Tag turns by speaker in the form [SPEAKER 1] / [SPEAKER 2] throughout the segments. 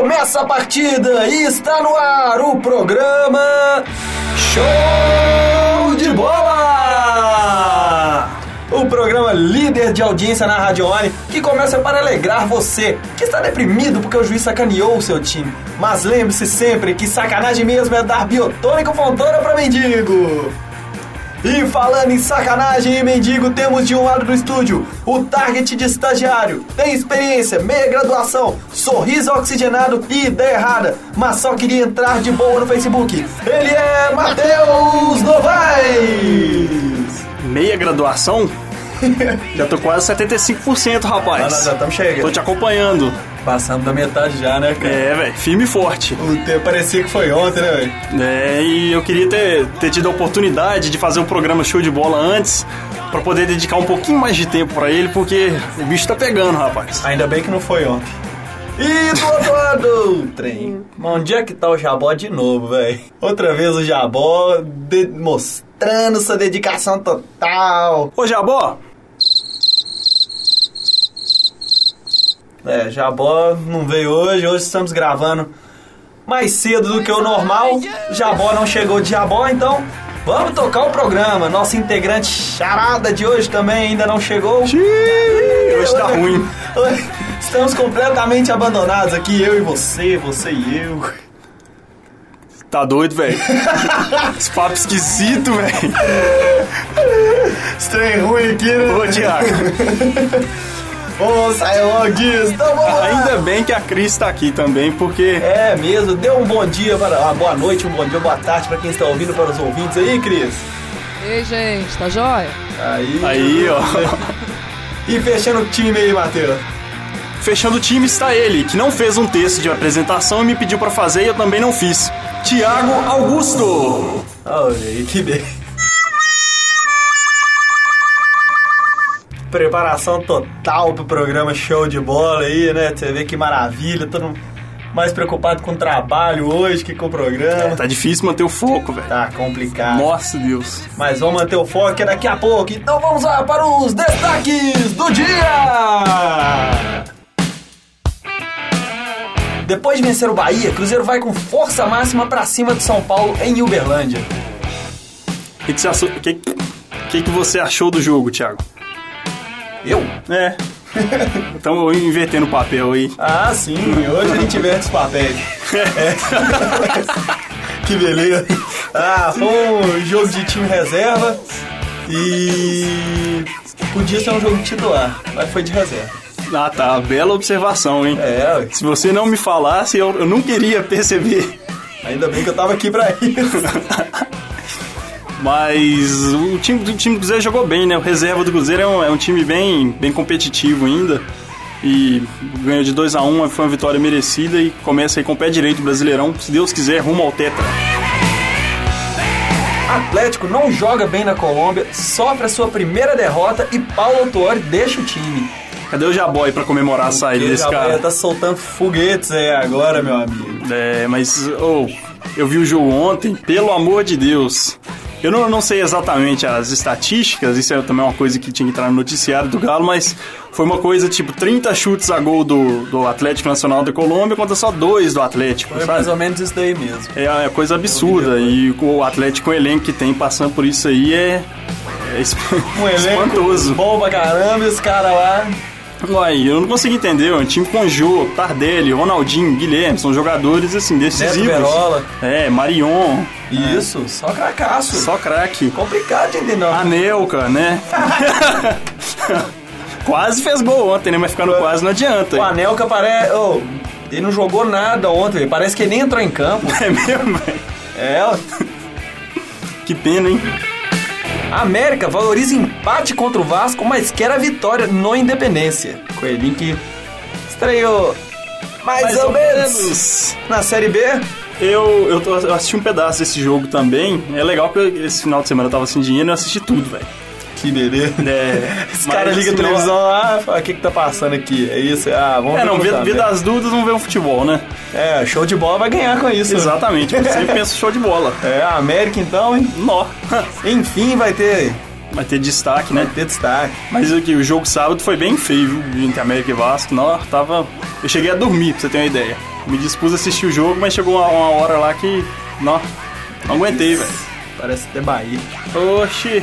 [SPEAKER 1] Começa a partida e está no ar o programa Show de Bola! O programa líder de audiência na Rádio One que começa para alegrar você que está deprimido porque o juiz sacaneou o seu time. Mas lembre-se sempre que sacanagem mesmo é dar biotônico Fontana para mendigo. E falando em sacanagem e mendigo, temos de um lado do estúdio o target de estagiário. Tem experiência, meia graduação, sorriso oxigenado e ideia errada, mas só queria entrar de boa no Facebook. Ele é Matheus Novaes!
[SPEAKER 2] Meia graduação? já tô quase 75%, rapaz.
[SPEAKER 1] Nós já estamos
[SPEAKER 2] Tô
[SPEAKER 1] chegando.
[SPEAKER 2] te acompanhando.
[SPEAKER 1] Passando da metade já, né, cara?
[SPEAKER 2] É, velho, firme e forte.
[SPEAKER 1] O tempo parecia que foi ontem, né, velho?
[SPEAKER 2] É, e eu queria ter, ter tido a oportunidade de fazer o programa show de bola antes, pra poder dedicar um pouquinho mais de tempo pra ele, porque o bicho tá pegando, rapaz.
[SPEAKER 1] Ainda bem que não foi ontem. E do outro lado, o trem. Mas onde é que tá o Jabó de novo, velho? Outra vez o Jabó de- mostrando sua dedicação total.
[SPEAKER 2] Ô, Jabó,
[SPEAKER 1] É, Jabó não veio hoje, hoje estamos gravando mais cedo do que o normal. Jabó não chegou de Jabó, então vamos tocar o programa. Nossa integrante charada de hoje também ainda não chegou.
[SPEAKER 2] hoje tá ruim.
[SPEAKER 1] Estamos completamente abandonados aqui, eu e você, você e eu.
[SPEAKER 2] Tá doido, velho? Esse papo esquisito, velho.
[SPEAKER 1] Estranho ruim aqui, né?
[SPEAKER 2] Ô, Thiago,
[SPEAKER 1] Ô, sai logo disso, então vamos lá.
[SPEAKER 2] ainda bem que a Cris tá aqui também, porque
[SPEAKER 1] É mesmo, dê um bom dia, para, uma boa noite, um bom dia, boa tarde para quem está ouvindo, para os ouvintes aí, Cris.
[SPEAKER 3] Ei, gente, tá jóia?
[SPEAKER 1] Aí,
[SPEAKER 2] Aí, ó.
[SPEAKER 1] E fechando o time aí, Matheus.
[SPEAKER 2] Fechando o time está ele, que não fez um texto de apresentação e me pediu pra fazer e eu também não fiz. Tiago Augusto.
[SPEAKER 1] Olha que bem. Preparação total pro programa show de bola aí, né? Você vê que maravilha, todo mundo mais preocupado com o trabalho hoje que com o programa.
[SPEAKER 2] Tá difícil manter o foco, velho.
[SPEAKER 1] Tá complicado.
[SPEAKER 2] Nossa, Deus.
[SPEAKER 1] Mas vamos manter o foco que é daqui a pouco. Então vamos lá para os destaques do dia! Depois de vencer o Bahia, Cruzeiro vai com força máxima para cima de São Paulo em Uberlândia.
[SPEAKER 2] O que, que, você achou- que- que que você achou do jogo, Thiago?
[SPEAKER 1] Eu?
[SPEAKER 2] É. Estamos invertendo o papel aí.
[SPEAKER 1] Ah, sim, hoje a gente inverte os papéis. É. que beleza. Ah, foi um jogo de time reserva e podia ser um jogo titular, mas foi de reserva.
[SPEAKER 2] Ah, tá. Bela observação, hein?
[SPEAKER 1] É, ué.
[SPEAKER 2] Se você não me falasse, eu, eu não queria perceber.
[SPEAKER 1] ainda bem que eu tava aqui pra isso.
[SPEAKER 2] Mas o time, o time do Cruzeiro jogou bem, né? O reserva do Cruzeiro é um, é um time bem, bem competitivo ainda. E ganhou de 2 a 1 foi uma vitória merecida e começa aí com o pé direito o Brasileirão, se Deus quiser, rumo ao Tetra.
[SPEAKER 1] Atlético não joga bem na Colômbia, sofre a sua primeira derrota e Paulo Autuori deixa o time.
[SPEAKER 2] Cadê o Jabói pra comemorar a saída
[SPEAKER 1] Ele
[SPEAKER 2] desse
[SPEAKER 1] já
[SPEAKER 2] cara?
[SPEAKER 1] tá soltando foguetes aí agora, meu amigo.
[SPEAKER 2] É, mas, ô, eu vi o jogo ontem, pelo amor de Deus. Eu não, não sei exatamente as estatísticas, isso é também uma coisa que tinha que entrar no noticiário do Galo, mas foi uma coisa tipo 30 chutes a gol do, do Atlético Nacional da Colômbia contra só dois do Atlético,
[SPEAKER 1] Foi mais
[SPEAKER 2] sabe?
[SPEAKER 1] ou menos isso daí mesmo.
[SPEAKER 2] É uma coisa absurda, e o Atlético, com o elenco que tem passando por isso aí é, é esp-
[SPEAKER 1] Um elenco
[SPEAKER 2] espantoso.
[SPEAKER 1] bom pra caramba e os caras lá.
[SPEAKER 2] Uai, eu não consigo entender. Um time com Jô, Tardelli, Ronaldinho, Guilherme, são jogadores assim, decisivos.
[SPEAKER 1] Berola.
[SPEAKER 2] É, Marion,
[SPEAKER 1] Isso, só cracaço. Ah,
[SPEAKER 2] só craque.
[SPEAKER 1] Complicado de entender, não.
[SPEAKER 2] Anelka, né? quase fez gol ontem, né? Mas ficando quase não
[SPEAKER 1] o
[SPEAKER 2] adianta.
[SPEAKER 1] Anelka parece. ô, ele não jogou nada ontem, ele parece que ele nem entrou em campo.
[SPEAKER 2] É mesmo, velho?
[SPEAKER 1] É, ó.
[SPEAKER 2] Que pena, hein?
[SPEAKER 1] América valoriza empate contra o Vasco, mas quer a vitória no Independência. Coelhinho que estreou mais, ou, menos. na Série B.
[SPEAKER 2] Eu, eu, tô- eu assisti um pedaço desse jogo também. É legal porque esse final de semana eu tava sem dinheiro e eu assisti tudo, velho.
[SPEAKER 1] Que beleza.
[SPEAKER 2] É,
[SPEAKER 1] Esse cara
[SPEAKER 2] mas
[SPEAKER 1] liga a
[SPEAKER 2] não-
[SPEAKER 1] televisão lá, fala, o que que tá passando aqui? É isso, ah, vamos
[SPEAKER 2] É, não,
[SPEAKER 1] ver
[SPEAKER 2] vê,
[SPEAKER 1] como tá,
[SPEAKER 2] vê
[SPEAKER 1] né?
[SPEAKER 2] das dúvidas, não vê o futebol, né?
[SPEAKER 1] É, show de bola vai ganhar com isso. né?
[SPEAKER 2] Exatamente, eu sempre penso show de bola.
[SPEAKER 1] É, a América então, hein?
[SPEAKER 2] Nó.
[SPEAKER 1] Enfim, vai ter
[SPEAKER 2] Vai ter destaque, né?
[SPEAKER 1] Vai ter destaque.
[SPEAKER 2] Mas aqui, o jogo sábado foi bem feio, viu? Entre América e Vasco. Não, tava. Eu cheguei a dormir, pra você ter uma ideia. Me dispus a assistir o jogo, mas chegou uma, uma hora lá que. Não, não aguentei, velho.
[SPEAKER 1] Parece até Bahia.
[SPEAKER 2] Oxi.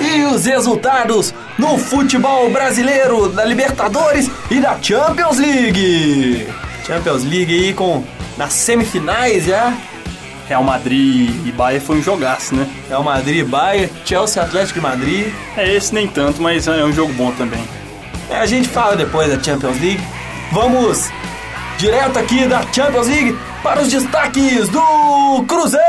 [SPEAKER 1] E os resultados no futebol brasileiro da Libertadores e da Champions League. Champions League aí com nas semifinais é? já.
[SPEAKER 2] Real Madrid e Bahia foi um jogaço, né?
[SPEAKER 1] Real É Madrid, Bayern, Chelsea, Atlético de Madrid.
[SPEAKER 2] É esse nem tanto, mas é um jogo bom também.
[SPEAKER 1] É, a gente fala depois da Champions League. Vamos direto aqui da Champions League para os destaques do Cruzeiro.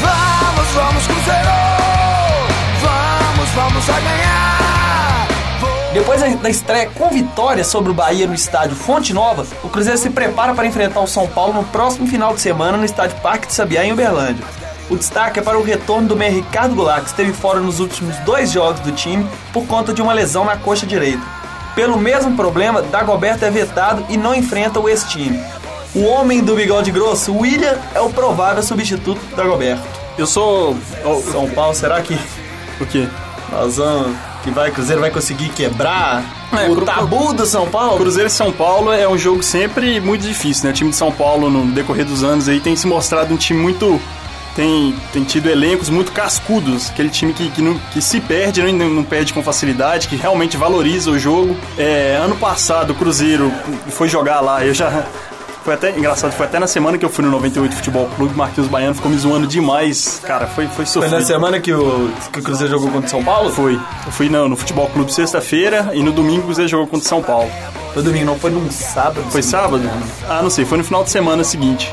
[SPEAKER 4] Vamos, vamos, Cruzeiro! Vamos, vamos a ganhar!
[SPEAKER 1] Depois da estreia com vitória sobre o Bahia no estádio Fonte Nova, o Cruzeiro se prepara para enfrentar o São Paulo no próximo final de semana no estádio Parque de Sabiá, em Uberlândia. O destaque é para o retorno do meia Ricardo Goulart, que esteve fora nos últimos dois jogos do time por conta de uma lesão na coxa direita. Pelo mesmo problema, Dagoberto é vetado e não enfrenta o ex-time. O homem do bigode grosso, William, é o provável substituto do Dagoberto.
[SPEAKER 2] Eu sou. oh,
[SPEAKER 1] São Paulo, será que
[SPEAKER 2] o quê?
[SPEAKER 1] nós vamos... Que vai, Cruzeiro vai conseguir quebrar
[SPEAKER 2] É,
[SPEAKER 1] o
[SPEAKER 2] cru-
[SPEAKER 1] tabu do São Paulo?
[SPEAKER 2] Cruzeiro e São Paulo é um jogo sempre muito difícil, né? O time de São Paulo, no decorrer dos anos, aí tem se mostrado um time muito. Tem, tem tido elencos muito cascudos, aquele time que, que, não- que se perde, né? não, não perde com facilidade, que realmente valoriza o jogo. É, ano passado, o Cruzeiro foi jogar lá, eu já. Foi até engraçado, foi até na semana que eu fui no 98 Futebol Clube, Marquinhos Baiano ficou me zoando demais. Cara, foi, foi
[SPEAKER 1] Foi
[SPEAKER 2] sofrido.
[SPEAKER 1] na semana que o, que o Cruzeiro jogou contra o São Paulo?
[SPEAKER 2] Foi. Eu fui não, no Futebol Clube sexta-feira e no domingo o Cruzeiro jogou contra o São Paulo.
[SPEAKER 1] Foi domingo, não, foi num sábado. É.
[SPEAKER 2] Foi sábado? Ah, não sei, foi no final de semana seguinte.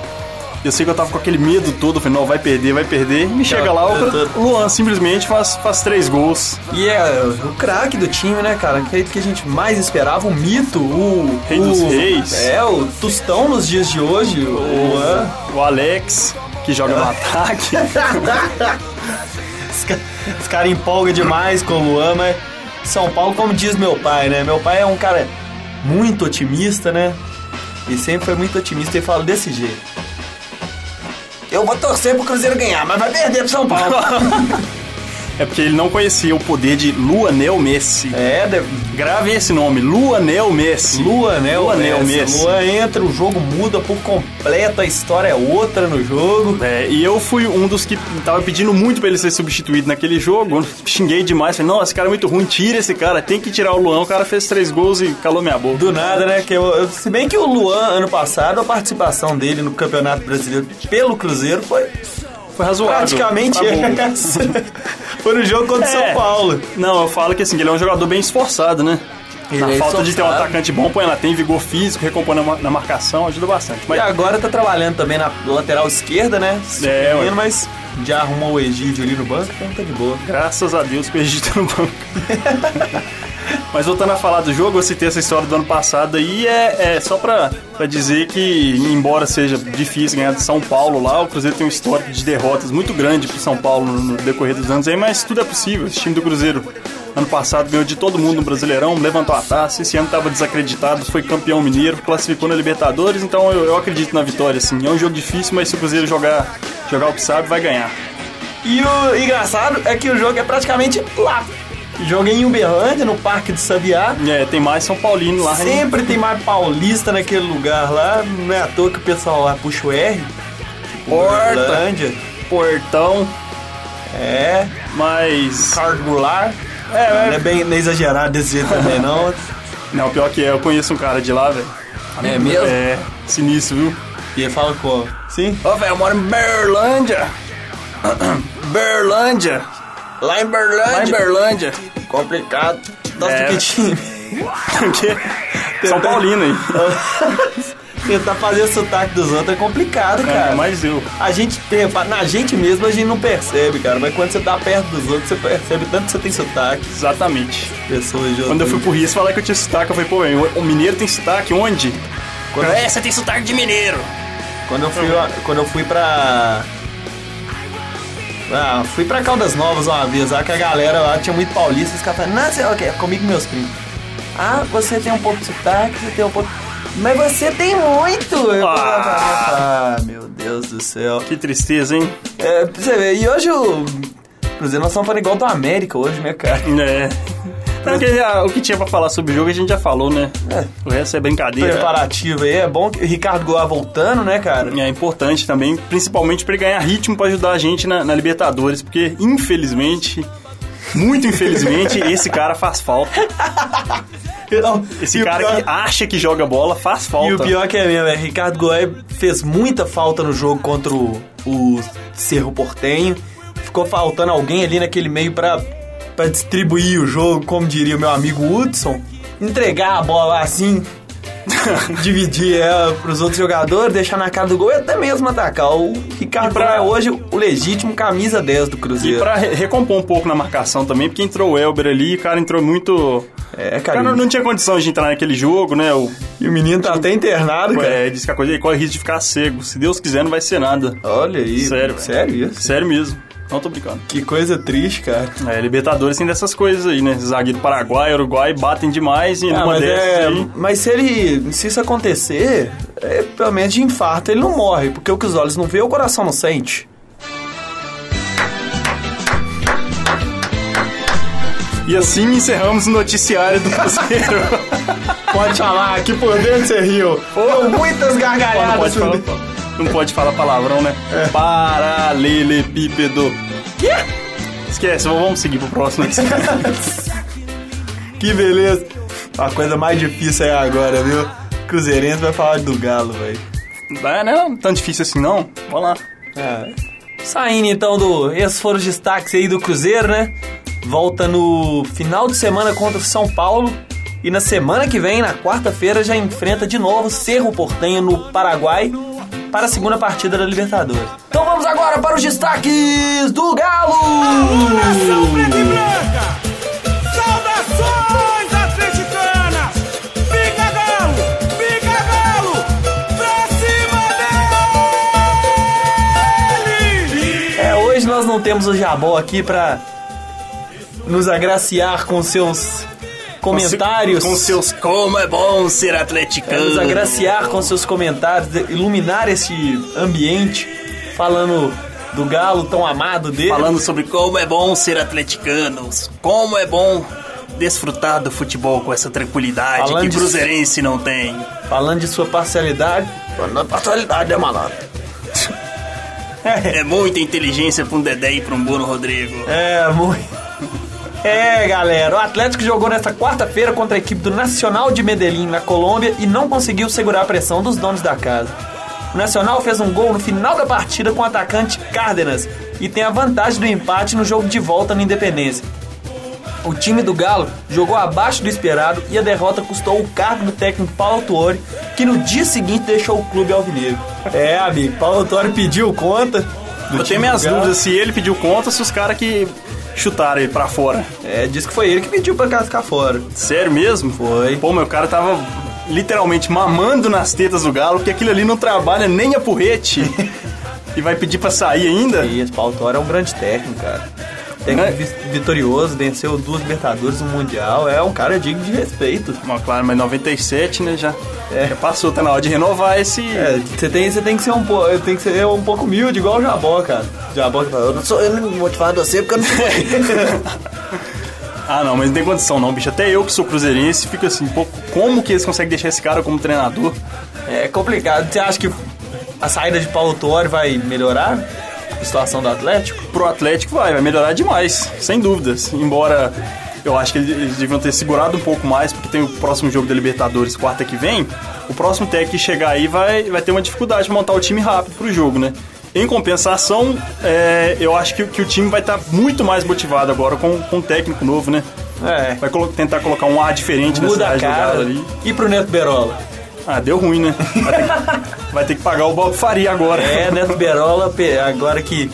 [SPEAKER 2] Eu sei que eu tava com aquele medo todo, eu falei, não, vai perder, vai perder. E chega lá, o Luan simplesmente faz, faz três gols.
[SPEAKER 1] E é o craque do time, né, cara? Aquele que a gente mais esperava, o mito, o.
[SPEAKER 2] Rei
[SPEAKER 1] o,
[SPEAKER 2] dos reis.
[SPEAKER 1] É, o Tostão nos dias de hoje, o Luan. Ah.
[SPEAKER 2] O Alex, que joga no ataque.
[SPEAKER 1] Os ca- Os caras empolgam demais com o Luan, mas São Paulo, como diz meu pai, né? Meu pai é um cara muito otimista, né? E sempre foi muito otimista e fala desse jeito. Eu vou torcer pro Cruzeiro ganhar, mas vai perder pro São Paulo.
[SPEAKER 2] É porque ele não conhecia o poder de Luanel Messi.
[SPEAKER 1] é, deve,
[SPEAKER 2] Grave esse nome, Luanel Messi.
[SPEAKER 1] Lua, né?
[SPEAKER 2] Luanel Messi.
[SPEAKER 1] Lua entra, o jogo muda por completo, a história é outra no jogo.
[SPEAKER 2] É, e eu fui um dos que tava pedindo muito pra ele ser substituído naquele jogo. Xinguei demais, falei, não, esse cara é muito ruim, tira esse cara, tem que tirar o Luan. O cara fez três gols e calou minha boca.
[SPEAKER 1] Do nada, né? Que eu, eu- se bem que o Luan, ano passado, a participação dele no Campeonato Brasileiro pelo Cruzeiro foi
[SPEAKER 2] Foi razoável.
[SPEAKER 1] praticamente
[SPEAKER 2] Tá bom.
[SPEAKER 1] essa. Foi no jogo contra o
[SPEAKER 2] É.
[SPEAKER 1] São Paulo.
[SPEAKER 2] Não, eu falo que assim, que ele é um jogador bem esforçado, né?
[SPEAKER 1] Ele
[SPEAKER 2] na
[SPEAKER 1] é
[SPEAKER 2] falta de ter um
[SPEAKER 1] esforçado.
[SPEAKER 2] atacante bom, põe ela tem vigor físico, recompõe na, ma- na marcação, ajuda bastante.
[SPEAKER 1] E
[SPEAKER 2] Mas
[SPEAKER 1] agora tá trabalhando também na lateral esquerda, né?
[SPEAKER 2] É, ué.
[SPEAKER 1] mas já arrumou o Egídio ali no banco, então tá de boa.
[SPEAKER 2] graças a Deus perdi no banco. Mas voltando a falar do jogo, eu citei essa história do ano passado aí, é, é só pra, pra dizer que, embora seja difícil ganhar de São Paulo lá, o Cruzeiro tem um histórico de derrotas muito grande pro São Paulo no no decorrer dos anos aí, mas tudo é possível. Esse time do Cruzeiro ano passado ganhou de todo mundo no Brasileirão, levantou a taça, esse ano tava desacreditado, foi campeão mineiro, classificou na Libertadores, então eu, eu acredito na vitória, assim. É um jogo difícil, mas se o Cruzeiro jogar, jogar o que sabe, vai ganhar.
[SPEAKER 1] E o engraçado é que o jogo é praticamente lá. Joga em Uberlândia, no Parque de Sabiá.
[SPEAKER 2] É, tem mais São Paulino lá, hein?
[SPEAKER 1] Sempre tem mais paulista naquele lugar lá. Não é à toa que o pessoal lá puxa o R. Tipo,
[SPEAKER 2] Porta,
[SPEAKER 1] Uberlândia.
[SPEAKER 2] portão,
[SPEAKER 1] É,
[SPEAKER 2] mas...
[SPEAKER 1] cargular.
[SPEAKER 2] É,
[SPEAKER 1] Não é bem não é exagerado desse jeito também, não.
[SPEAKER 2] Não, pior que é, eu conheço um cara de lá, velho.
[SPEAKER 1] É mesmo?
[SPEAKER 2] É, sinistro, viu?
[SPEAKER 1] E ele fala como? Sim?
[SPEAKER 2] Ó, velho, eu moro em Berlândia. Berlândia.
[SPEAKER 1] Lá em
[SPEAKER 2] Lá em
[SPEAKER 1] Berlândia.
[SPEAKER 2] Berlândia.
[SPEAKER 1] Complicado. Nossa,
[SPEAKER 2] É.
[SPEAKER 1] que time.
[SPEAKER 2] que? São Paulino aí.
[SPEAKER 1] Tentar fazer o sotaque dos outros é complicado, cara.
[SPEAKER 2] É, mas eu.
[SPEAKER 1] A gente tem, na gente mesmo a gente não percebe, cara. Mas quando você tá perto dos outros, você percebe tanto que você tem sotaque.
[SPEAKER 2] Exatamente.
[SPEAKER 1] Pessoas de
[SPEAKER 2] Quando eu fui
[SPEAKER 1] outro-
[SPEAKER 2] pro Rio, eles falaram que eu tinha sotaque. Eu falei, pô, velho, o mineiro tem sotaque onde?
[SPEAKER 1] Quando-
[SPEAKER 2] É, você tem sotaque de mineiro.
[SPEAKER 1] Quando eu fui, quando eu fui pra. Ah, fui pra Caldas Novas uma vez, lá que a galera lá tinha muito é paulista, os caras falaram, não sei o que, comigo e meus primos. Ah, você tem um pouco de sotaque, você tem um pouco. Mas você tem muito! Eu
[SPEAKER 2] Ah.
[SPEAKER 1] falava, ah, meu Deus do céu.
[SPEAKER 2] Que tristeza, hein?
[SPEAKER 1] É, pra você ver, e hoje o Cruzeiro nós estamos falando igual do América hoje, né, cara?
[SPEAKER 2] É. Não, que já- o que tinha pra falar sobre o jogo a gente já falou, né? O resto é brincadeira.
[SPEAKER 1] Preparativo aí, é bom que o Ricardo Goulart voltando, né, cara?
[SPEAKER 2] É importante também, principalmente pra ele ganhar ritmo pra ajudar a gente na, na Libertadores, porque infelizmente, muito infelizmente, esse cara faz falta. Esse
[SPEAKER 1] E o
[SPEAKER 2] cara
[SPEAKER 1] pior-
[SPEAKER 2] que acha que joga bola faz falta.
[SPEAKER 1] E o pior que é mesmo, é Ricardo Goulart fez muita falta no jogo contra o, o Cerro Portenho. Ficou faltando alguém ali naquele meio pra, pra distribuir o jogo, como diria o meu amigo Hudson. Entregar a bola assim, dividir ela pros outros jogadores, deixar na cara do gol e até mesmo atacar. O Ricardo
[SPEAKER 2] E
[SPEAKER 1] Goulart
[SPEAKER 2] pra-
[SPEAKER 1] é hoje o legítimo camisa 10 do
[SPEAKER 2] E
[SPEAKER 1] Cruzeiro.
[SPEAKER 2] pra re- recompor um pouco na marcação também, porque entrou o Elber ali, o cara entrou muito.
[SPEAKER 1] É, cara,
[SPEAKER 2] O cara não, não tinha condição de entrar naquele jogo, né? O,
[SPEAKER 1] E o menino tá até internado, cara.
[SPEAKER 2] é, diz que a coisa ele corre risco de ficar cego. Se Deus quiser, não vai ser nada.
[SPEAKER 1] Olha aí,
[SPEAKER 2] Sério, velho.
[SPEAKER 1] sério isso?
[SPEAKER 2] Sério mesmo. Não tô brincando.
[SPEAKER 1] Que coisa triste, cara.
[SPEAKER 2] É, Libertadores tem dessas coisas aí, né? Zagueiro Paraguai, Uruguai batem demais e
[SPEAKER 1] Ah,
[SPEAKER 2] numa
[SPEAKER 1] mas,
[SPEAKER 2] dessas
[SPEAKER 1] é,
[SPEAKER 2] aí.
[SPEAKER 1] mas se ele. Se isso acontecer, é, pelo menos de infarto ele não morre, porque o que os olhos não veem, o coração não sente.
[SPEAKER 2] E assim encerramos o noticiário do Cruzeiro.
[SPEAKER 1] Pode falar, aqui por dentro você riu. Foram muitas
[SPEAKER 2] Não
[SPEAKER 1] gargalhadas. né?
[SPEAKER 2] pode, falar, não pode falar palavrão, né?
[SPEAKER 1] É.
[SPEAKER 2] Paralelepípedo. Esquece, vamos seguir pro próximo.
[SPEAKER 1] que beleza. A coisa mais difícil é agora, viu? Cruzeirense vai falar do Galo, velho.
[SPEAKER 2] Ah, não é tão difícil assim, não. Vamos lá.
[SPEAKER 1] É. Saindo então do. Esses foram os destaques aí do Cruzeiro, né? Volta no final de semana contra o São Paulo. E na semana que vem, na quarta-feira, já enfrenta de novo Cerro Portenho no Paraguai para a segunda partida da Libertadores. Então vamos agora para os destaques do Galo!
[SPEAKER 5] Saudações atleticanas! Pica galo! Pica galo! Pra cima dele!
[SPEAKER 1] É, hoje nós não temos o Jabó aqui para nos agraciar com seus comentários.
[SPEAKER 2] Com seus como é bom ser atleticano.
[SPEAKER 1] É, nos agraciar com seus comentários, iluminar este ambiente, falando do galo tão amado dele.
[SPEAKER 2] Falando sobre como é bom ser atleticanos, como é bom desfrutar do futebol com essa tranquilidade
[SPEAKER 1] Falando
[SPEAKER 2] que
[SPEAKER 1] de-
[SPEAKER 2] cruzeirense não tem.
[SPEAKER 1] Falando de sua parcialidade. Falando da parcialidade, é malandro.
[SPEAKER 2] É muita inteligência pra um Dedé e pra um Bruno Rodrigo.
[SPEAKER 1] É, muito. É, galera, o Atlético jogou nesta quarta-feira contra a equipe do Nacional de Medellín, na Colômbia, e não conseguiu segurar a pressão dos donos da casa. O Nacional fez um gol no final da partida com o atacante Cárdenas e tem a vantagem do empate no jogo de volta no Independência. O time do Galo jogou abaixo do esperado e a derrota custou o cargo do técnico Paulo Tuori, que no dia seguinte deixou o clube alvinegro. É, amigo, Paulo Tuori pediu conta. do
[SPEAKER 2] Eu
[SPEAKER 1] time
[SPEAKER 2] tenho
[SPEAKER 1] do
[SPEAKER 2] minhas
[SPEAKER 1] Galo.
[SPEAKER 2] dúvidas se ele pediu conta ou se os caras que chutaram ele pra fora.
[SPEAKER 1] É, diz que foi ele que pediu pra casa ficar fora.
[SPEAKER 2] Sério mesmo?
[SPEAKER 1] Foi.
[SPEAKER 2] Pô, meu cara tava literalmente mamando nas tetas do galo, porque aquilo ali não trabalha nem a porrete. e vai pedir pra sair ainda?
[SPEAKER 1] Isso, Paulo Toro é um grande técnico, cara. Técnico
[SPEAKER 2] Né?
[SPEAKER 1] vi- vitorioso, venceu duas Libertadores, um Mundial. É um cara digno de respeito.
[SPEAKER 2] Bom, claro, mas 97, né, já,
[SPEAKER 1] É.
[SPEAKER 2] já passou, tá na hora de renovar esse...
[SPEAKER 1] É, você tem, você tem que ser um pouco. Tem que ser um pouco humilde, igual o Jabó, cara. Jabó que fala, eu não sou eu não vou te falar de você porque eu não te conheço."
[SPEAKER 2] Ah, não, mas não tem condição não, bicho. Até eu que sou cruzeirense, fico assim, pô, como que eles conseguem deixar esse cara como treinador?
[SPEAKER 1] É complicado. Você acha que a saída de Paulo Toro vai melhorar a situação do Atlético?
[SPEAKER 2] Pro Atlético vai, vai melhorar demais, sem dúvidas. Embora eu acho que eles- eles deviam ter segurado um pouco mais, porque tem o próximo jogo da Libertadores, quarta que vem. O próximo técnico que chegar aí vai, vai ter uma dificuldade de montar o time rápido pro jogo, né? Em compensação, é, eu acho que, que o time vai estar muito mais motivado agora com, com um técnico novo, né?
[SPEAKER 1] É.
[SPEAKER 2] Vai colo- tentar colocar um ar diferente
[SPEAKER 1] Muda
[SPEAKER 2] na
[SPEAKER 1] a
[SPEAKER 2] cidade do Galo
[SPEAKER 1] cara.
[SPEAKER 2] ali.
[SPEAKER 1] E pro Neto Berola?
[SPEAKER 2] Ah, deu ruim, né? Vai ter que, vai ter que pagar o Bob Faria agora.
[SPEAKER 1] É, Neto Berola, pe- agora que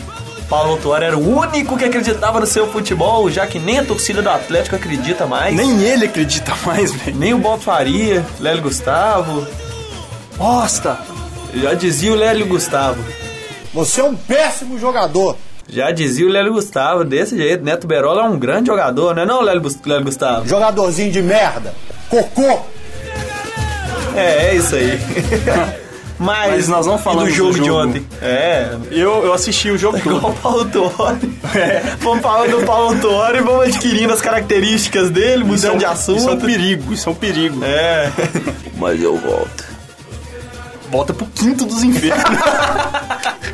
[SPEAKER 1] Paulo Tuori era o único que acreditava no seu futebol, já que nem a torcida do Atlético acredita mais.
[SPEAKER 2] Nem ele acredita mais, velho.
[SPEAKER 1] Nem o Bob Faria, Lélio Gustavo.
[SPEAKER 2] Bosta!
[SPEAKER 1] Já dizia o Lélio Gustavo.
[SPEAKER 6] Você é um péssimo jogador.
[SPEAKER 1] Já dizia o Lélio Gustavo, desse jeito. Neto Berola é um grande jogador, né não, Lélio, Gus- Lélio Gustavo?
[SPEAKER 6] Jogadorzinho de merda. Cocô.
[SPEAKER 1] É, é isso aí. Mas,
[SPEAKER 2] Mas nós não
[SPEAKER 1] e
[SPEAKER 2] falamos
[SPEAKER 1] do jogo,
[SPEAKER 2] do
[SPEAKER 1] de
[SPEAKER 2] jogo.
[SPEAKER 1] ontem. É,
[SPEAKER 2] Eu, eu assisti o jogo
[SPEAKER 1] igual
[SPEAKER 2] todo.
[SPEAKER 1] o Paulo Torre.
[SPEAKER 2] É.
[SPEAKER 1] Vamos falando do Paulo Torre, vamos adquirindo as características dele,
[SPEAKER 2] Isso é
[SPEAKER 1] mudando
[SPEAKER 2] um-
[SPEAKER 1] de assunto.
[SPEAKER 2] Isso é um perigo, isso é um perigo.
[SPEAKER 1] É.
[SPEAKER 2] Mas eu volto. Volta pro quinto dos infernos.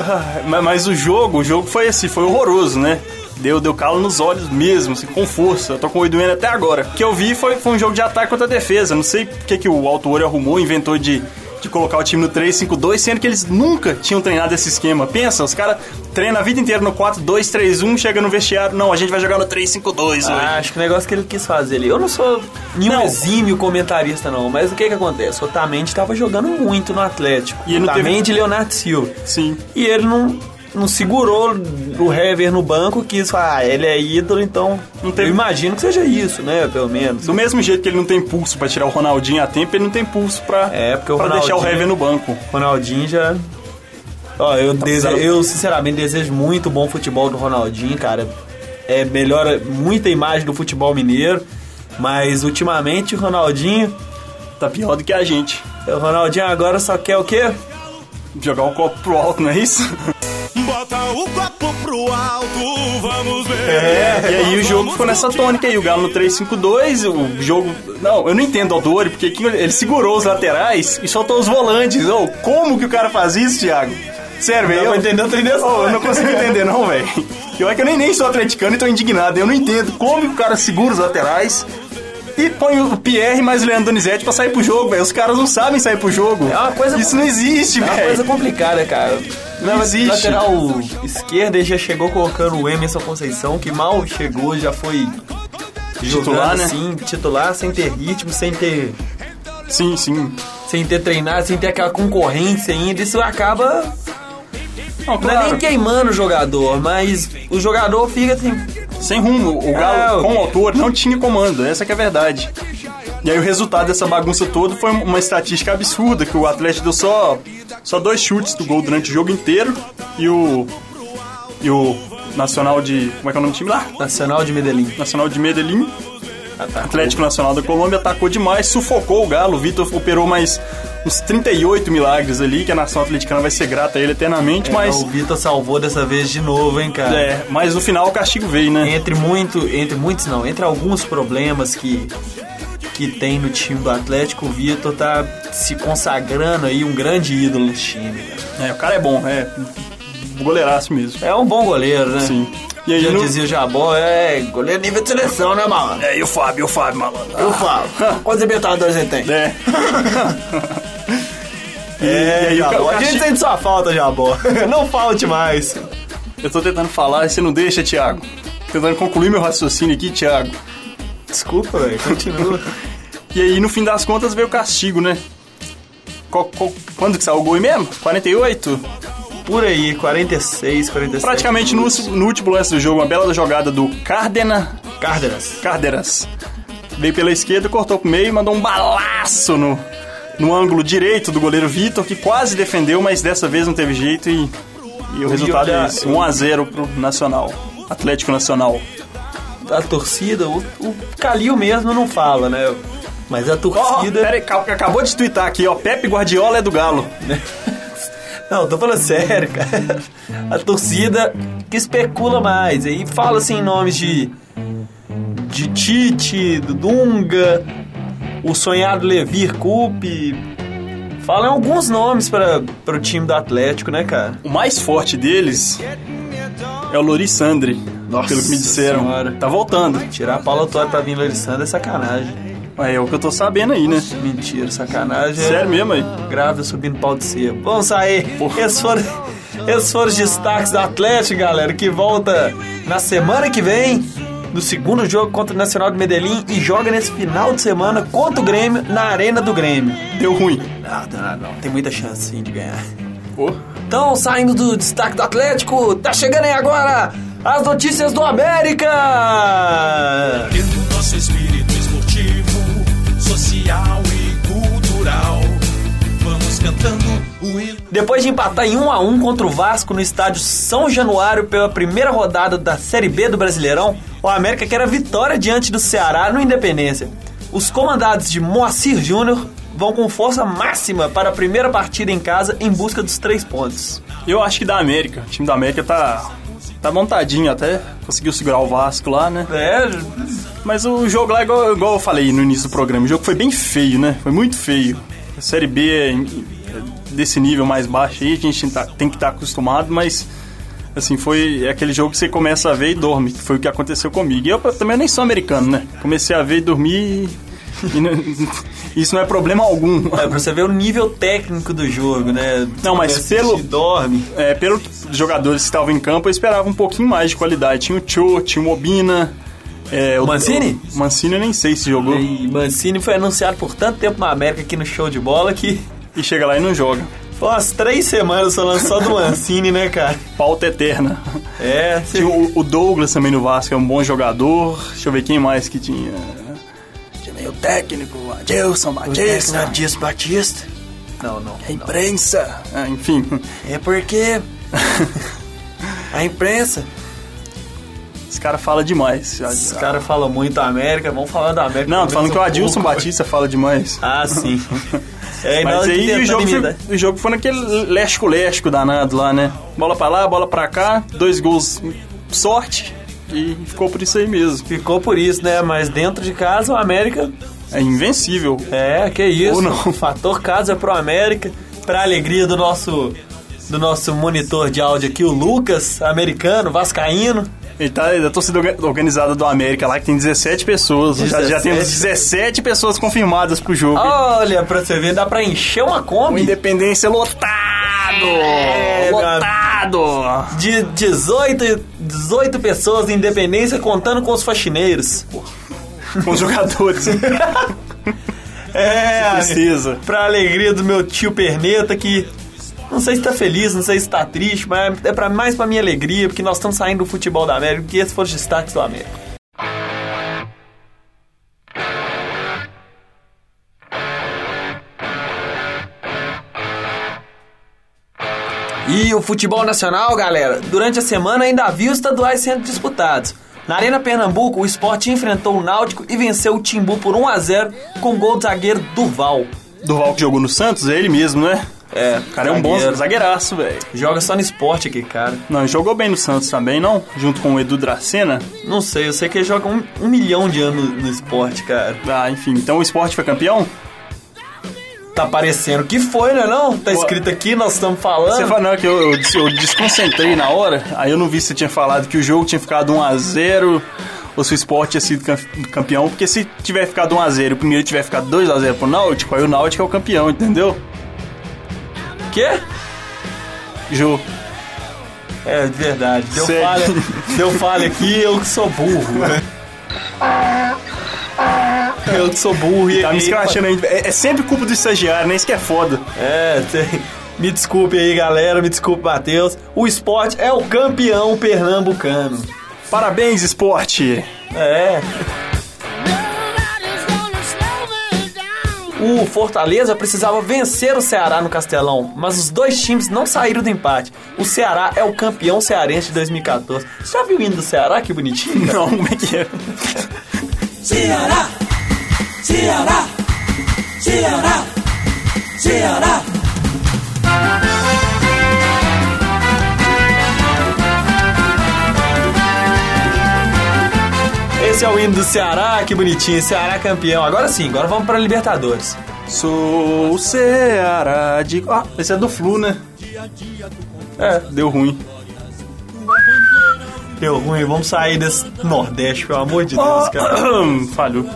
[SPEAKER 2] Ah, mas, mas o jogo, o jogo foi assim, foi horroroso, né? Deu, deu calo nos olhos mesmo, assim, com força. Eu tô com o olho doendo até agora. O que eu vi foi, foi um jogo de ataque contra a defesa. Não sei o que, que o autor arrumou, inventou de, de colocar o time no 3-5-2, sendo que eles nunca tinham treinado esse esquema. Pensa, os caras treinam a vida inteira no 4-2-3-1, chega no vestiário, não, a gente vai jogar no 3-5-2 hoje.
[SPEAKER 1] Ah, acho que o negócio que ele quis fazer ali. Eu não sou nenhum
[SPEAKER 2] Não.
[SPEAKER 1] exímio comentarista, não, mas o que que acontece? O Otamendi tava jogando muito no Atlético.
[SPEAKER 2] E ele não teve-
[SPEAKER 1] Otamendi e Leonardo Silva.
[SPEAKER 2] Sim.
[SPEAKER 1] E ele não, não segurou o Hever no banco, quis falar, ah, ele é ídolo, então.
[SPEAKER 2] Não teve-
[SPEAKER 1] Eu imagino que seja isso, né? Pelo menos.
[SPEAKER 2] Do mesmo jeito que ele não tem pulso pra tirar o Ronaldinho a tempo, ele não tem pulso pra,
[SPEAKER 1] É, porque o
[SPEAKER 2] pra
[SPEAKER 1] Ronaldinho-
[SPEAKER 2] deixar o Hever no banco.
[SPEAKER 1] Ronaldinho já. Ó, eu, dese-
[SPEAKER 2] precisando-
[SPEAKER 1] eu sinceramente desejo muito bom futebol do Ronaldinho, cara. É, melhora muita imagem do futebol mineiro, mas ultimamente o Ronaldinho.
[SPEAKER 2] Tá pior do que a gente.
[SPEAKER 1] O Ronaldinho agora só quer o quê?
[SPEAKER 2] Jogar o copo pro alto, não é isso?
[SPEAKER 5] Bota o copo pro alto, vamos ver.
[SPEAKER 2] e aí o jogo ficou nessa tônica aí, o Galo no 3-5-2, o jogo... Não, eu não entendo o Odori, porque aqui ele segurou os laterais e soltou os volantes. Ô, como que o cara faz isso, Thiago? Sério, velho?
[SPEAKER 1] vou
[SPEAKER 2] eu-
[SPEAKER 1] entender outra ideia
[SPEAKER 2] Ô, eu não consigo entender não, velho. Pior que eu nem, nem sou atleticano e tô indignado. Eu não entendo como que o cara segura os laterais... E põe o Pierre mais o Leandro Donizete pra sair pro jogo, velho. Os caras não sabem sair pro jogo.
[SPEAKER 1] É uma coisa-
[SPEAKER 2] Isso não existe,
[SPEAKER 1] É
[SPEAKER 2] velho.
[SPEAKER 1] uma coisa complicada, cara.
[SPEAKER 2] Não existe.
[SPEAKER 1] Lateral esquerda ele já chegou colocando o Emerson Conceição, que mal chegou, já foi
[SPEAKER 2] Titular,
[SPEAKER 1] jogando
[SPEAKER 2] né?
[SPEAKER 1] assim, titular, sem ter ritmo, sem ter.
[SPEAKER 2] Sim, sim.
[SPEAKER 1] Sem ter treinado, sem ter aquela concorrência ainda, isso acaba
[SPEAKER 2] Não,
[SPEAKER 1] Não é nem queimando o jogador, mas o jogador fica assim.
[SPEAKER 2] Sem rumo. O
[SPEAKER 1] É,
[SPEAKER 2] Galo,
[SPEAKER 1] o-
[SPEAKER 2] com o autor, não tinha comando. Essa que é a verdade. E aí o resultado dessa bagunça toda foi uma estatística absurda, que o Atlético deu só, só dois chutes do gol durante o jogo inteiro e o... E o Nacional de... Como é que é o nome do time lá?
[SPEAKER 1] Nacional de Medellín.
[SPEAKER 2] Nacional de Medellín.
[SPEAKER 1] Ah, tá.
[SPEAKER 2] Atlético Nacional da Colômbia atacou demais, sufocou o Galo. O Vitor operou mais uns 38 milagres ali, que a nação atleticana vai ser grata a ele eternamente, mas...
[SPEAKER 1] É, Então, O Vitor salvou dessa vez de novo, hein, cara? É.
[SPEAKER 2] É, mas no final o castigo veio, né?
[SPEAKER 1] Entre muito, entre muitos não, entre alguns problemas que que tem no time do Atlético, o Vitor tá se consagrando aí um grande ídolo do time. cara.
[SPEAKER 2] É, o cara é bom, é. Goleiraço mesmo.
[SPEAKER 1] É um bom goleiro, né?
[SPEAKER 2] Sim. E aí,
[SPEAKER 1] Já
[SPEAKER 2] no...
[SPEAKER 1] dizia o Jabó, é goleiro nível de seleção, né, mano?
[SPEAKER 2] É, e o Fábio, e o Fábio, malandro.
[SPEAKER 1] Eu falo. Quantos libertadores ele tem?
[SPEAKER 2] É. E, É, e aí, o ca- o
[SPEAKER 1] Jabó, É, a gente
[SPEAKER 2] castigo-
[SPEAKER 1] sente sua falta, Jabó. Não falte mais.
[SPEAKER 2] Eu tô tentando falar e você não deixa, Thiago. Tentando concluir meu raciocínio aqui, Thiago.
[SPEAKER 1] Desculpa, velho. Continua.
[SPEAKER 2] E aí, no fim das contas, veio o castigo, né? Qual- qual- quando que saiu o gol aí mesmo? 48?
[SPEAKER 1] Por aí, 46, 47.
[SPEAKER 2] Praticamente no, no último lance do jogo, uma bela jogada do Cárdenas.
[SPEAKER 1] Cárdenas.
[SPEAKER 2] Cárdenas. Veio pela esquerda, cortou pro meio e mandou um balaço no, no ângulo direito do goleiro Vitor, que quase defendeu, mas dessa vez não teve jeito e, e o resultado
[SPEAKER 1] olhar-
[SPEAKER 2] é esse. 1x0 pro Nacional. Atlético Nacional.
[SPEAKER 1] A torcida, o, o Calil mesmo não fala, né? Mas a
[SPEAKER 2] Ó, oh,
[SPEAKER 1] torcida.
[SPEAKER 2] peraí, cal- acabou de twittar aqui, ó. Pepe Guardiola é do Galo.
[SPEAKER 1] não, tô falando sério, cara. A torcida que especula mais. Aí fala assim nomes de. De Tite, do Dunga, o sonhado Levir Coupe. Fala alguns nomes para o time do Atlético, né, cara?
[SPEAKER 2] O mais forte deles é o Lori Sandri, pelo que me disseram.
[SPEAKER 1] Senhora.
[SPEAKER 2] Tá voltando.
[SPEAKER 1] Tirar a Paula Torre pra vir Lorissandra é sacanagem.
[SPEAKER 2] É o que eu tô sabendo aí, né?
[SPEAKER 1] Mentira, sacanagem. é-
[SPEAKER 2] Sério mesmo aí.
[SPEAKER 1] Grávida subindo pau de sebo. Vamos sair. Esses foram, esses foram os destaques do Atlético, galera, que volta na semana que vem, no segundo jogo contra o Nacional de Medellín e joga nesse final de semana contra o Grêmio, na Arena do Grêmio.
[SPEAKER 2] Deu ruim.
[SPEAKER 1] Ah, não, não, não. Tem muita chance, sim, de ganhar.
[SPEAKER 2] Pô.
[SPEAKER 1] Então, saindo do destaque do Atlético, tá chegando aí agora as notícias do América!
[SPEAKER 5] Dentro do nosso espírito esportivo, social e cultural, vamos cantando o hino.
[SPEAKER 1] Depois de empatar em 1 a 1 contra o Vasco no estádio São Januário pela primeira rodada da Série B do Brasileirão, o América quer a vitória diante do Ceará no Independência. Os comandados de Moacir Júnior vão com força máxima para a primeira partida em casa em busca dos três pontos.
[SPEAKER 2] Eu acho que da América. O time da América tá. Tá montadinho até. Conseguiu segurar o Vasco lá, né?
[SPEAKER 1] É,
[SPEAKER 2] Mas o jogo lá, igual, igual eu falei no início do programa, o jogo foi bem feio, né? Foi muito feio. A Série B é em- é desse nível mais baixo aí, a gente tá- tem que estar acostumado, mas assim, foi aquele jogo que você começa a ver e dorme, que foi o que aconteceu comigo. E eu também nem sou americano, né? Comecei a ver e dormir e, e não- isso não é problema algum.
[SPEAKER 1] é pra você ver o nível técnico do jogo, né?
[SPEAKER 2] Não, mas
[SPEAKER 1] Você
[SPEAKER 2] pelo-
[SPEAKER 1] assiste e dorme.
[SPEAKER 2] É, pelos jogadores que estavam em campo, eu esperava um pouquinho mais de qualidade. Tinha o Cho, tinha o Mobina. É, o
[SPEAKER 1] Mancini?
[SPEAKER 2] O Mancini eu nem sei se jogou. E...
[SPEAKER 1] E Mancini foi anunciado por tanto tempo na América aqui no show de bola que
[SPEAKER 2] chega lá e não joga.
[SPEAKER 1] foi umas três semanas falando só do Mancini, né, cara?
[SPEAKER 2] Pauta eterna.
[SPEAKER 1] É,
[SPEAKER 2] Tinha o, o Douglas também no Vasco, é um bom jogador. Deixa eu ver quem mais que tinha. Tinha meio técnico, Adilson Batista,
[SPEAKER 1] Dias Batista. Não, não.
[SPEAKER 2] a imprensa. Ah, enfim,
[SPEAKER 1] É porque a imprensa.
[SPEAKER 2] esse cara fala demais.
[SPEAKER 1] Os caras falam muito da América, vamos falar da América.
[SPEAKER 2] Não, tô falando que o
[SPEAKER 1] pelo
[SPEAKER 2] Adilson
[SPEAKER 1] menos um pouco.
[SPEAKER 2] Batista fala demais.
[SPEAKER 1] Ah, sim. É, e nós
[SPEAKER 2] Mas aí
[SPEAKER 1] tentando
[SPEAKER 2] o jogo,
[SPEAKER 1] imitar.
[SPEAKER 2] foi, o jogo foi naquele lesco-lesco danado lá, né? Bola pra lá, bola pra cá, dois gols, sorte, e ficou por isso aí mesmo.
[SPEAKER 1] Ficou por isso, né? Mas dentro de casa, o América.
[SPEAKER 2] É invencível.
[SPEAKER 1] É, que isso.
[SPEAKER 2] Ou não.
[SPEAKER 1] Fator casa é pro América. Pra alegria do nosso. Do nosso monitor de áudio aqui, o Lucas, americano, vascaíno.
[SPEAKER 2] Ele tá da torcida orga- organizada do América lá, que tem 17 pessoas. Já, já
[SPEAKER 1] 17?
[SPEAKER 2] temos 17 pessoas confirmadas pro jogo.
[SPEAKER 1] Ah. Olha, pra você ver, dá pra encher uma
[SPEAKER 2] O
[SPEAKER 1] Kombi.
[SPEAKER 2] Independência lotado!
[SPEAKER 1] É,
[SPEAKER 2] lotado!
[SPEAKER 1] De 18, 18 pessoas de independência, contando com os faxineiros.
[SPEAKER 2] Com os jogadores.
[SPEAKER 1] É,
[SPEAKER 2] Tristeza.
[SPEAKER 1] pra alegria do meu tio Perneta que não sei se tá feliz, não sei se tá triste, mas é pra, mais pra minha alegria, porque nós estamos saindo do futebol da América, porque esses foram os destaques do América. E o futebol nacional, galera, durante a semana ainda havia os estaduais sendo disputados. Na Arena Pernambuco, o Sport enfrentou o Náutico e venceu o Timbu por 1 a 0 com gol do zagueiro Durval.
[SPEAKER 2] Durval que jogou no Santos, é ele mesmo, né?
[SPEAKER 1] É,
[SPEAKER 2] O cara é um bom zagueiraço, velho.
[SPEAKER 1] Joga só no esporte aqui, cara.
[SPEAKER 2] Não, jogou bem no Santos também, não? Junto com o Edu Dracena.
[SPEAKER 1] Não sei, eu sei que ele joga um, um milhão de anos no esporte, cara.
[SPEAKER 2] Ah, enfim, então o esporte foi campeão?
[SPEAKER 1] Tá parecendo que foi, né não? Tá escrito aqui, nós estamos
[SPEAKER 2] Você
[SPEAKER 1] falando.
[SPEAKER 2] falou não, que eu, eu des- eu desconcentrei na hora, aí eu não vi se você tinha falado que o jogo tinha ficado 1x0 ou se o esporte tinha sido cam- campeão, porque se tiver ficado 1x0 e o primeiro tiver ficado 2x0 pro Náutico, aí o Náutico é o campeão, entendeu?
[SPEAKER 1] Quê?
[SPEAKER 2] Jô.
[SPEAKER 1] É, de verdade. Deu
[SPEAKER 2] Sério.
[SPEAKER 1] falha, deu falha aqui, eu que sou burro. né? Eu que sou burro e
[SPEAKER 2] Tá me
[SPEAKER 1] errei.
[SPEAKER 2] escrachando ainda. É, é sempre culpa do estagiário, né? Isso que é foda.
[SPEAKER 1] É, tem- me desculpe aí, galera, me desculpe, Matheus. O esporte é o campeão pernambucano.
[SPEAKER 2] Parabéns, esporte!
[SPEAKER 1] É.
[SPEAKER 7] Nobody's gonna slow me down.
[SPEAKER 1] O Fortaleza precisava vencer o Ceará no Castelão, mas os dois times não saíram do empate. O Ceará é o campeão cearense de 2014. Você já viu o hino do Ceará? Que bonitinho, cara?
[SPEAKER 2] Não, como é que é?
[SPEAKER 1] Esse é o hino do Ceará, que bonitinho. Ceará campeão. Agora sim, agora vamos pra Libertadores.
[SPEAKER 2] Sou o Ceará de... Ah, esse é do Flu, né? É, deu ruim.
[SPEAKER 1] Deu ruim, vamos sair desse Nordeste, pelo amor de Deus, cara.
[SPEAKER 2] Ahem, Falhou.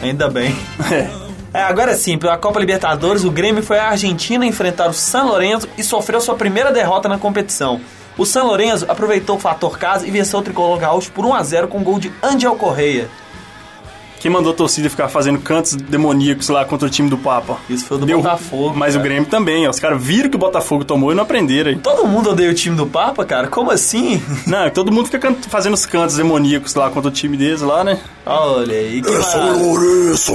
[SPEAKER 1] Ainda bem.
[SPEAKER 2] É.
[SPEAKER 1] É, agora sim, pela Copa Libertadores, o Grêmio foi à Argentina enfrentar o San Lorenzo e sofreu sua primeira derrota na competição. O San Lorenzo aproveitou o fator casa e venceu o tricolor gaúcho por 1 a 0 com o gol de Angel Correia.
[SPEAKER 2] Quem mandou a torcida ficar fazendo cantos demoníacos lá contra o time do Papa?
[SPEAKER 1] Isso foi do
[SPEAKER 2] Deu.
[SPEAKER 1] Botafogo.
[SPEAKER 2] Mas
[SPEAKER 1] cara.
[SPEAKER 2] o Grêmio também, ó. Os caras viram que o Botafogo tomou e não aprenderam. aí.
[SPEAKER 1] Todo mundo odeia o time do Papa, cara? Como assim?
[SPEAKER 2] Não, todo mundo fica can- fazendo os cantos demoníacos lá contra o time deles lá, né?
[SPEAKER 1] Olha aí, que maravilha.
[SPEAKER 6] Lourenço!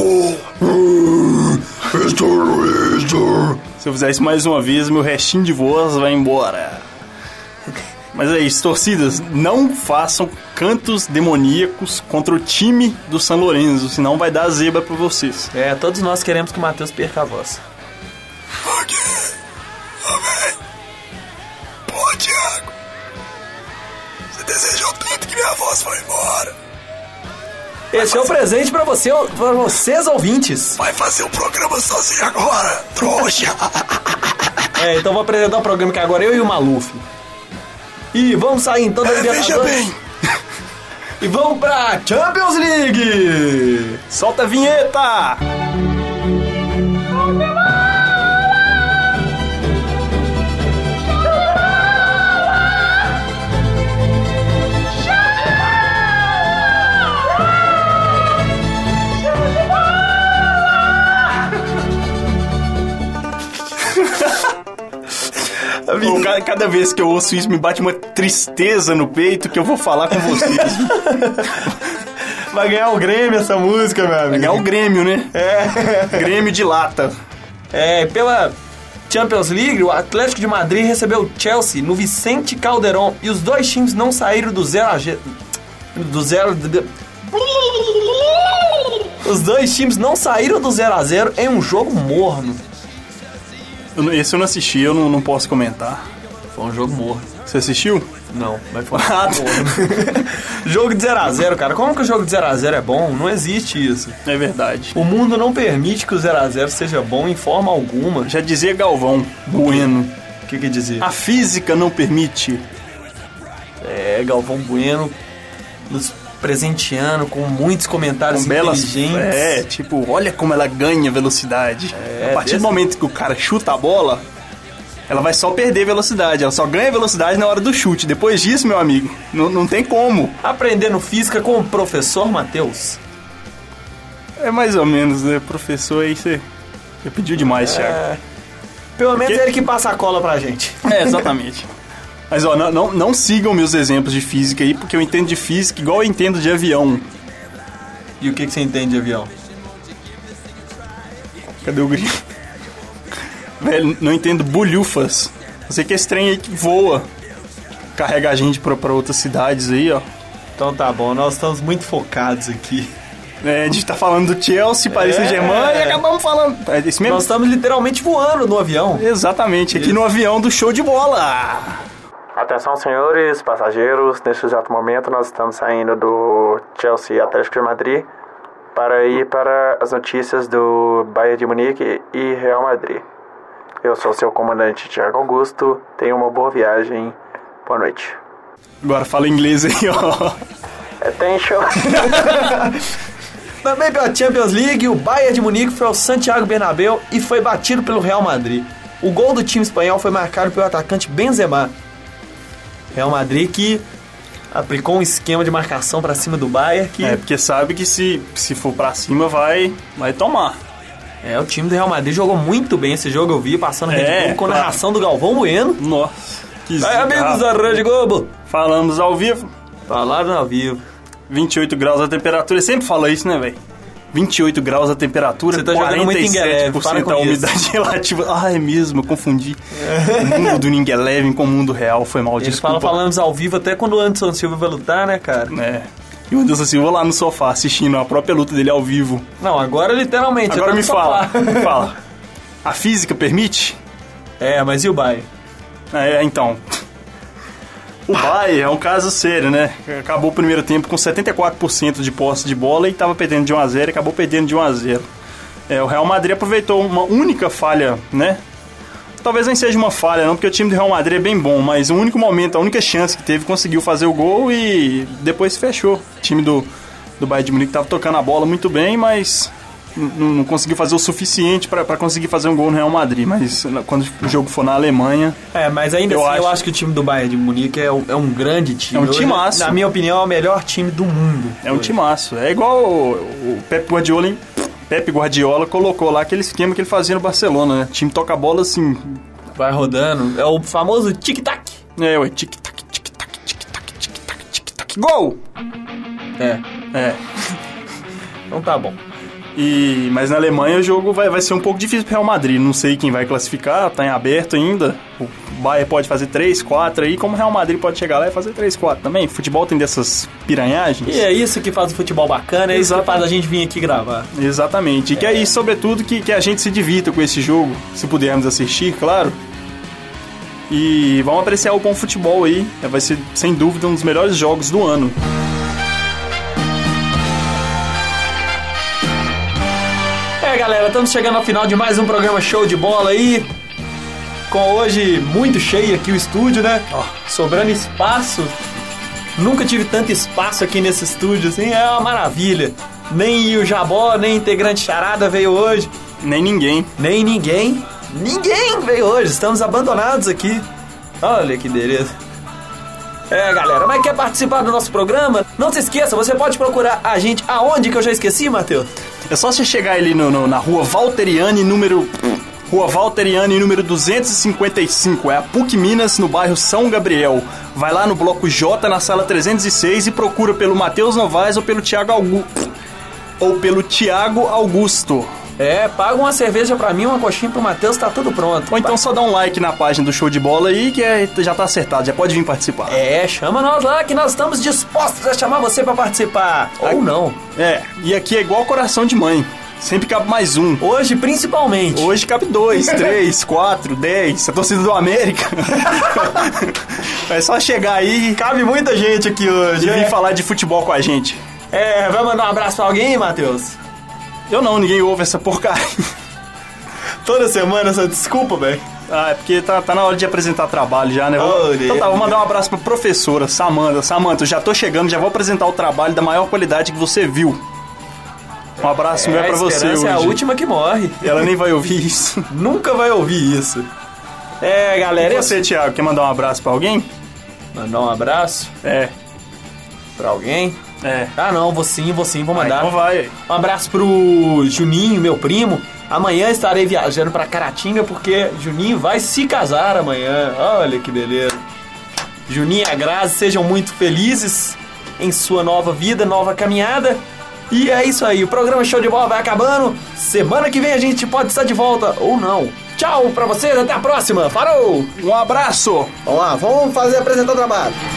[SPEAKER 2] Se eu fizer isso mais uma vez, meu restinho de voz vai embora. Mas é isso, torcidas, não façam cantos demoníacos contra o time do San Lorenzo, senão vai dar zebra pra vocês.
[SPEAKER 1] É, todos nós queremos que o Matheus perca a voz.
[SPEAKER 8] Pô, Thiago! Você desejou tanto que minha voz foi embora.
[SPEAKER 1] Esse é o presente pra você, para vocês ouvintes.
[SPEAKER 8] Vai fazer um programa sozinho agora, trouxa!
[SPEAKER 1] É, então vou apresentar o programa que agora é eu e o Maluf. E vamos sair então da
[SPEAKER 8] É, Veja
[SPEAKER 1] Libertadores
[SPEAKER 8] bem,
[SPEAKER 1] e vamos pra Champions League. Solta a vinheta. Tá
[SPEAKER 2] Pô, ca- cada vez que eu ouço isso me bate uma tristeza no peito que eu vou falar com vocês.
[SPEAKER 1] Vai ganhar o Grêmio essa música, meu amigo.
[SPEAKER 2] É o Grêmio, né? É. Grêmio de lata.
[SPEAKER 1] É, pela Champions League, o Atlético de Madrid recebeu o Chelsea no Vicente Calderon e os dois times não saíram do zero a ge- do zero de- Os dois times não saíram do 0 a 0 em um jogo morno.
[SPEAKER 2] Eu não- Esse eu não assisti, eu não, não posso comentar.
[SPEAKER 1] Foi um jogo morno.
[SPEAKER 2] Você assistiu?
[SPEAKER 1] Não, mas foi um jogo morno. jogo de 0 a 0, cara. Como que o jogo de 0 a 0 é bom? Não existe isso.
[SPEAKER 2] É verdade.
[SPEAKER 1] O mundo não permite que o 0 a 0 seja bom em forma alguma.
[SPEAKER 2] Já dizia Galvão Bueno.
[SPEAKER 1] O que quer dizer?
[SPEAKER 2] A física não permite.
[SPEAKER 1] É, Galvão Bueno nos presenteando com muitos comentários
[SPEAKER 2] Com belas.
[SPEAKER 1] inteligentes.
[SPEAKER 2] um É, tipo, olha como ela ganha velocidade.
[SPEAKER 1] É,
[SPEAKER 2] a partir
[SPEAKER 1] desse-
[SPEAKER 2] do momento que o cara chuta a bola, ela vai só perder velocidade. Ela só ganha velocidade na hora do chute. Depois disso, meu amigo, não, não tem como.
[SPEAKER 1] Aprendendo física com o professor Matheus.
[SPEAKER 2] É mais ou menos, né? Professor, aí você. Você pediu demais, Thiago.
[SPEAKER 1] Pelo menos
[SPEAKER 2] quê?
[SPEAKER 1] ele que passa a cola pra gente.
[SPEAKER 2] É, exatamente. Mas ó, não, não, não sigam meus exemplos de física aí, porque eu entendo de física igual eu entendo de avião.
[SPEAKER 1] E o que, que você entende de avião?
[SPEAKER 2] Cadê o grilo? Velho, não entendo bolhufas. Eu sei que é esse trem aí que voa. Carrega a gente pra, pra outras cidades aí, ó.
[SPEAKER 1] Então tá bom, nós estamos muito focados aqui.
[SPEAKER 2] É, a gente tá falando do Chelsea, Paris
[SPEAKER 1] É.
[SPEAKER 2] Saint-Germain e acabamos falando. É esse mesmo?
[SPEAKER 1] Nós estamos literalmente voando no avião.
[SPEAKER 2] Exatamente, aqui no avião do show de bola.
[SPEAKER 9] Atenção, senhores passageiros, neste exato momento nós estamos saindo do Chelsea Atlético de Madrid para ir para as notícias do Bayern de Munique e Real Madrid. Eu sou seu comandante Thiago Augusto, tenha uma boa viagem, boa noite. É
[SPEAKER 2] Agora fala inglês aí, ó.
[SPEAKER 9] Attention!
[SPEAKER 1] Também pela Champions League, o Bayern de Munique foi ao Santiago Bernabéu e foi batido pelo Real Madrid. O gol do time espanhol foi marcado pelo atacante Benzema. Real Madrid que aplicou um esquema de marcação pra cima do Bayern que
[SPEAKER 2] É,
[SPEAKER 1] é.
[SPEAKER 2] porque sabe que se, se for pra cima vai, vai tomar.
[SPEAKER 1] é, o time do Real Madrid jogou muito bem esse jogo, eu vi passando Red
[SPEAKER 2] É,
[SPEAKER 1] Bull com a
[SPEAKER 2] claro.
[SPEAKER 1] narração do Galvão Bueno.
[SPEAKER 2] Nossa, que
[SPEAKER 1] Aí, amigos da
[SPEAKER 2] zica.
[SPEAKER 1] Rede Globo,
[SPEAKER 2] Falamos ao vivo.
[SPEAKER 1] falaram ao vivo.
[SPEAKER 2] 28 graus a temperatura. Eu sempre fala isso, né, velho? 28 graus a temperatura,
[SPEAKER 1] Você tá jogando muito
[SPEAKER 2] 47%
[SPEAKER 1] Ningueleve, para com
[SPEAKER 2] a
[SPEAKER 1] isso.
[SPEAKER 2] umidade relativa. Ah, é mesmo, eu confundi o mundo do Ningueleve com o mundo real. Foi mal,
[SPEAKER 1] Eles
[SPEAKER 2] desculpa.
[SPEAKER 1] falam falamos ao vivo até quando o Anderson Silva vai lutar, né, cara?
[SPEAKER 2] É. E o Anderson Silva lá no sofá assistindo a própria luta dele ao vivo.
[SPEAKER 1] Não, agora literalmente. né?
[SPEAKER 2] Agora
[SPEAKER 1] eu
[SPEAKER 2] me
[SPEAKER 1] tô
[SPEAKER 2] fala,
[SPEAKER 1] falando.
[SPEAKER 2] me fala. A física permite?
[SPEAKER 1] É, mas e o Bayern?
[SPEAKER 2] É, então. O Bayern é um caso sério, né? Acabou o primeiro tempo com 74% de posse de bola e estava perdendo de 1 a 0 e acabou perdendo de 1 a 0. É, o Real Madrid aproveitou uma única falha, né? Talvez nem seja uma falha, não, porque o time do Real Madrid é bem bom, mas o único momento, a única chance que teve, conseguiu fazer o gol e depois se fechou. O time do, do Bayern de Munique estava tocando a bola muito bem, mas n- n- não conseguiu fazer o suficiente para conseguir fazer um gol no Real Madrid. Mas quando o jogo for na Alemanha,
[SPEAKER 1] É, mas ainda
[SPEAKER 2] Eu
[SPEAKER 1] assim, eu
[SPEAKER 2] acho.
[SPEAKER 1] acho que o time do Bayern de Munique é um, é um grande time.
[SPEAKER 2] É um
[SPEAKER 1] Hoje,
[SPEAKER 2] timaço.
[SPEAKER 1] Na minha opinião, é o melhor time do mundo.
[SPEAKER 2] É um
[SPEAKER 1] Hoje.
[SPEAKER 2] timaço. É igual o o Pep Guardiola, hein? Pep Guardiola colocou lá aquele esquema que ele fazia no Barcelona, né? O time toca a bola assim.
[SPEAKER 1] Vai rodando. É o famoso tic-tac.
[SPEAKER 2] É, ué, tic-tac, tic-tac, tic-tac, tic-tac, tic-tac. Gol!
[SPEAKER 1] É.
[SPEAKER 2] É.
[SPEAKER 1] Então tá bom.
[SPEAKER 2] E, mas na Alemanha o jogo vai, vai ser um pouco difícil pro Real Madrid. Não sei quem vai classificar, tá em aberto ainda. O Bayern pode fazer 3, 4 aí, como o Real Madrid pode chegar lá e fazer 3, 4 também. Futebol tem dessas piranhagens.
[SPEAKER 1] E é isso que faz o futebol bacana, é isso que
[SPEAKER 2] Exato.
[SPEAKER 1] faz a gente vir aqui gravar.
[SPEAKER 2] Exatamente. E que aí, sobretudo, que, que a gente se divirta com esse jogo, se pudermos assistir, claro. E vamos apreciar o bom futebol aí. É, Vai ser, sem dúvida, um dos melhores jogos do ano.
[SPEAKER 1] É, galera, estamos chegando ao final de mais um programa show de bola aí. Com hoje muito cheio aqui o estúdio, né? Sobrando espaço. Nunca tive tanto espaço aqui nesse estúdio, assim, é uma maravilha. Nem o Jabó, nem integrante Charada veio hoje,
[SPEAKER 2] Nem ninguém.
[SPEAKER 1] nem ninguém. Ninguém veio hoje, estamos abandonados aqui. Olha que beleza. É, galera, mas quer participar do nosso programa? Não se esqueça, você pode procurar a gente aonde que eu já esqueci, Matheus?
[SPEAKER 2] É só você chegar ali no, no- na rua Valteriane, número. Rua Valteriane, número 255. É a PUC Minas, no bairro São Gabriel. Vai lá no bloco J, na sala 306 e procura pelo Matheus Novaes ou pelo Tiago Augusto. Ou pelo Tiago Augusto.
[SPEAKER 1] É, paga uma cerveja pra mim, uma coxinha pro Matheus, tá tudo pronto.
[SPEAKER 2] Ou então só dá um like na página do show de bola aí que é- já tá acertado, já pode vir participar.
[SPEAKER 1] É, chama nós lá que nós estamos dispostos a chamar você pra participar. Ou não.
[SPEAKER 2] É, e aqui é igual coração de mãe. Sempre cabe mais um.
[SPEAKER 1] Hoje, principalmente.
[SPEAKER 2] Hoje cabe dois, três, quatro, dez. A torcida do América. é só chegar aí. Cabe muita gente aqui hoje. E vir
[SPEAKER 1] é.
[SPEAKER 2] falar de futebol com a gente.
[SPEAKER 1] É, vai mandar um abraço pra alguém, Matheus?
[SPEAKER 2] Eu não, ninguém ouve essa porcaria.
[SPEAKER 1] Toda semana essa desculpa, velho.
[SPEAKER 2] Ah, é porque tá, tá na hora de apresentar trabalho já, né? Vou-
[SPEAKER 1] Oh,
[SPEAKER 2] então tá, vou mandar um abraço pra professora Samanta. Samanta, eu já tô chegando, já vou apresentar o trabalho da maior qualidade que você viu. Um abraço meu
[SPEAKER 1] a
[SPEAKER 2] pra você
[SPEAKER 1] esperança
[SPEAKER 2] hoje.
[SPEAKER 1] é a última que morre.
[SPEAKER 2] Ela nem vai ouvir isso.
[SPEAKER 1] Nunca vai ouvir isso. É, galera,
[SPEAKER 2] E
[SPEAKER 1] eu
[SPEAKER 2] você, Thiago, quer mandar um abraço pra alguém?
[SPEAKER 1] Mandar um abraço
[SPEAKER 2] É,
[SPEAKER 1] pra alguém.
[SPEAKER 2] é.
[SPEAKER 1] Ah, não, vou sim, vou sim, vou
[SPEAKER 2] Ah,
[SPEAKER 1] mandar.
[SPEAKER 2] então vai.
[SPEAKER 1] Um abraço pro Juninho, meu primo. Amanhã estarei viajando pra Caratinga porque Juninho vai se casar amanhã. Olha que beleza. Juninho e a Grazi, sejam muito felizes em sua nova vida, nova caminhada. E é isso aí, o programa Show de Bola vai acabando. Semana que vem a gente pode estar de volta ou não. Tchau pra vocês, até a próxima. Falou!
[SPEAKER 2] Um abraço!
[SPEAKER 10] Vamos lá, vamos fazer apresentar o trabalho.